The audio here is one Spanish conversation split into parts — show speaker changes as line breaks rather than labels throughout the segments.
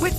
With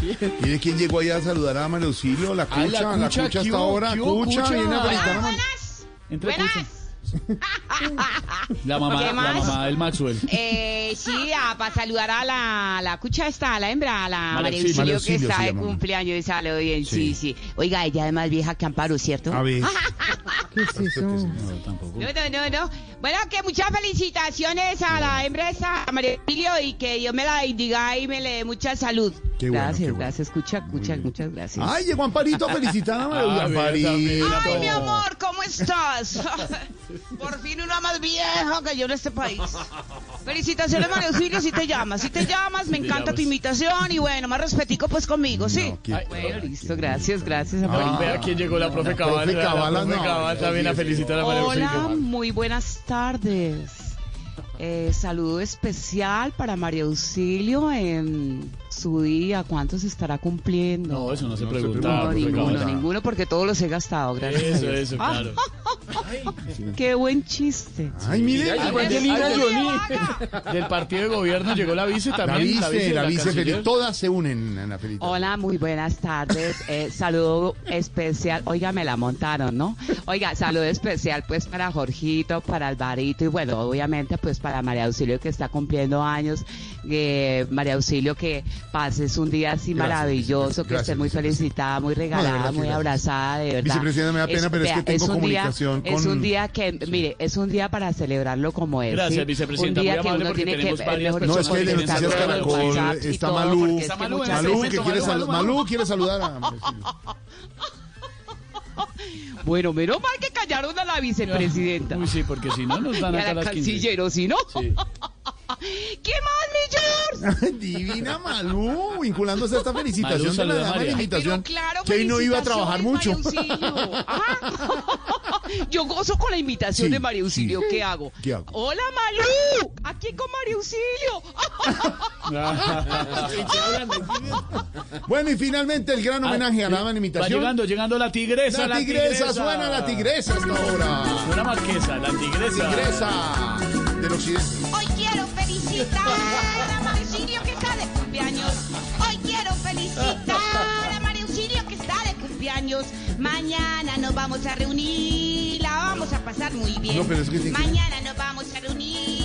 Mire quién llegó allá a saludar a Mario Silvio, la cucha,
Ay, la
la
Cucha,
cucha hasta
¿qué hubo?
ahora,
¿Qué hubo,
cucha,
Cucha?
viene a
Ah,
felicitar a Mario.
buenas.
Entre Cucha.
Buenas.
La mamá,
¿Qué
la
más?
mamá del Maxwell.
Eh, sí, para saludar a la, la cucha esta, a la hembra, a la
María
María
María Auxilio
Auxilio,
Auxilio, que está
se
de
llama.
cumpleaños y sale bien, sí. sí, Oiga, ella es más vieja que Amparo, ¿cierto?
A ver,
No, tampoco.
No, no, no, no. Bueno, que muchas felicitaciones a la hembra esta, a María Auxilio, y que Dios me la bendiga y me le dé mucha salud.
Qué bueno,
gracias,
qué bueno.
gracias, cucha, cucha, muchas gracias.
ay, llegó Amparito a felicitar a Mario.
Ah,
Amparito.
bien, también.
Ay, mi amor, ¿cómo estás? Por fin una más vieja que yo en este país. Felicitaciones, Mario Auxilio, si te llamas. Si te llamas, me encanta tu invitación y bueno, más respetico pues conmigo, ¿sí?
No, qué
Bueno, listo, gracias, gracias, amorito.
Vea quién llegó la profe Cabal.
Ah. profe Cabal,
la profe
no.
Cabal también a felicitar a María
Hola,
Auxilio.
muy buenas tardes. Eh, saludo especial para María Auxilio en su día. ¿Cuántos estará cumpliendo?
No, eso no se
No se
pregunta.
pregunta,
No,
profe
ninguno,
Cabal.
ninguno, porque todos los he gastado, gracias. a
Eso,
Dios.
eso,
Ah.
claro.
Qué buen chiste.
Ay, mire,
Ay,
llegó
Angelina
Angelina Jolie.
Jolie. Del partido de gobierno llegó la vice
La
también.
vice, la vice,
canciller.
feliz. todas se unen en la felicitación.
Hola, muy buenas tardes. Eh, saludo especial. Oiga, me la montaron, ¿no? Oiga, saludo especial pues para Jorgito, para Alvarito y bueno, obviamente pues para María Auxilio que está cumpliendo años. Eh, María Auxilio, que pases un día así
Gracias,
maravilloso, que
gracias,
esté muy
vicepresidenta.
felicitada, muy regalada,
No, de verdad que
muy
gracias.
abrazada, de verdad.
Vicepresidenta, me da pena, pero es que
vea,
tengo
un día-
comunicación
Es
con-
un día que, mire, es un día para celebrarlo como es.
Gracias,
Eh, ¿sí?
vicepresidenta,
Un día
muy
que
amable
uno
porque
tiene que,
tenemos varias
mejor
No,
dicho,
es que de
Está
Noticias
Malú en el
Caracol
WhatsApp y
está
todo,
Malú.
porque es que
Malú en
muchas
ese
Malú,
veces
que
momento,
quiere
Malú,
saludar.
Malú.
Malú quiere saludar a Mario Silvio.
Bueno, menos mal que callaron a la vicepresidenta.
Uy, sí, porque si no nos
Y
dan
a
acá
la
las 15.
canciller, ¿o si no?
Sí.
¿Qué más, mi George?
Divina Malú, vinculándose a esta
Malú
felicitación de la
saluda a
dama de
María.
la invitación.
Pero claro,
Que hoy no iba a trabajar mucho.
felicitaciones, María Auxilio. Ajá. Yo gozo con la invitación
Sí,
de María Auxilio.
sí.
¿Qué hago?
¿Qué hago?
Hola, Malú. Aquí con María Auxilio.
Bueno, y finalmente el
Ah,
gran homenaje a la dama de la
Va
invitación.
llegando, llegando la tigresa.
La tigresa, suena la tigresa hasta ahora.
Una marquesa, la tigresa.
Tigresa del occidente.
Hoy quiero felicitar a Mario Auxilio que está de cumpleaños. Hoy quiero felicitar a Mario Auxilio que está de cumpleaños. Mañana nos vamos a reunir, la vamos a pasar muy bien.
No, pero es que tiene que-
Mañana nos vamos a reunir.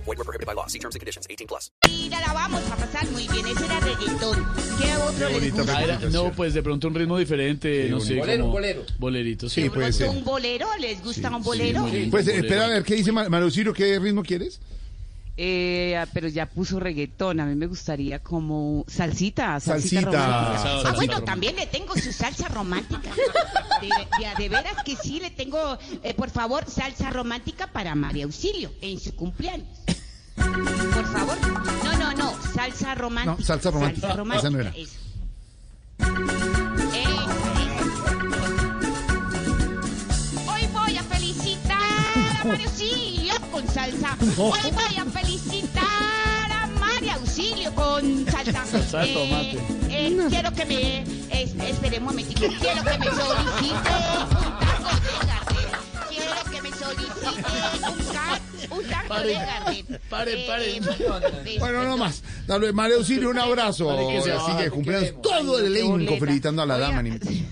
Mira, la vamos a pasar muy bien. Ese era reggaetón. ¿Qué otro
Qué
les
bonita
gusta?
Ah, era- no, pues de pronto un ritmo diferente, no sé. Bolero, bolero. Bolerito, sí.
Sí, puede ser.
¿Un bolero? ¿Les gusta un bolero?
muy lindo,
Pues eh,
bolero.
espera a ver qué dice Ma- Mario Silvio, qué ritmo quieres.
ah,
Eh, pero ya puso reggaetón. A mí me gustaría como salsita. Salsita.
Salsita.
romántica.
Ah, bueno,
Salsita.
también le tengo su salsa romántica. De, de- de veras que sí, le tengo, eh, por favor, salsa romántica para María Auxilio en su cumpleaños. Por favor. No, no, no, salsa romántica.
No, salsa romántica. Esa no era.
eso. Eh, Eso, eso. Hoy voy a felicitar a María Auxilio con salsa. Hoy voy a felicitar a María Auxilio con salsa.
Salsa de tomate.
eh, Quiero que me... es- espere un momentico. Quiero que me solicite un taco de gardel. Quiero que me solicite un, ca- un taco de gardel.
Pare, pare.
Bueno, no más. Dale, María Auxilio, un abrazo.
Vale, que se
Así
baje,
que
que
cumpleaños
queremos.
todo el elenco
boleta.
felicitando a la
Oiga,
dama.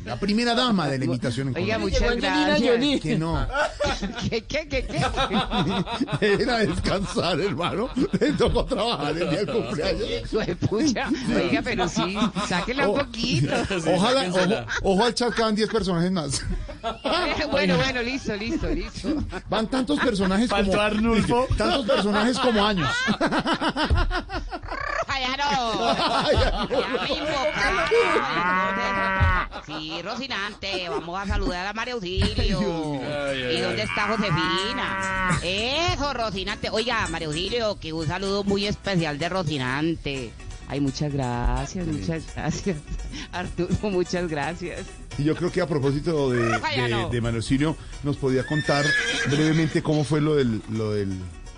La primera dama de la imitación en
Oiga,
Colombia.
muchas gracias.
Que no.
¿Qué, qué, qué, qué?
Era descansar, hermano. Le tocó trabajar el día del cumpleaños.
Juepucha. Oiga, pero sí, sáquela un poquito.
Ojalá, ojo, ojo al chat, quedan 10 personajes más.
Bueno, bueno, listo, listo, listo.
Van tantos personajes como.
Faltó Arnulfo.
Tantos personajes como años.
¡Claro!
Ay, Arnulfo.
Ya mismo. Sí, Rocinante, vamos a saludar a María Auxilio. ¿Y dónde está Josefina? Eso, Rocinante. Oiga, María Auxilio, que un saludo muy especial de Rocinante.
Ay, muchas gracias, muchas gracias. Arturo, muchas gracias.
Y yo creo que a propósito de, de, de Manocilio, nos podía contar brevemente cómo fue lo del, lo del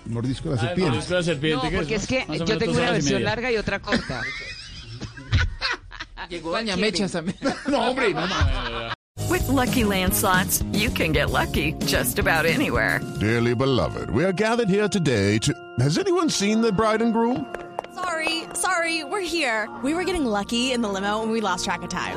mordisco de la
Serpiente.
serpiente.
Ah, la serpiente.
No, porque es que
Más o
yo
menos
tengo
dos
una
horas y
versión
media.
larga y otra corta.
Llegó Doña Mechas también.
No, hombre, no más.
With Lucky Land slots, you can get lucky just about anywhere.
Dearly beloved, we are gathered here today to. Has anyone seen the bride and groom?
Sorry, sorry, we're here. We were getting lucky in the limo and we lost track of time.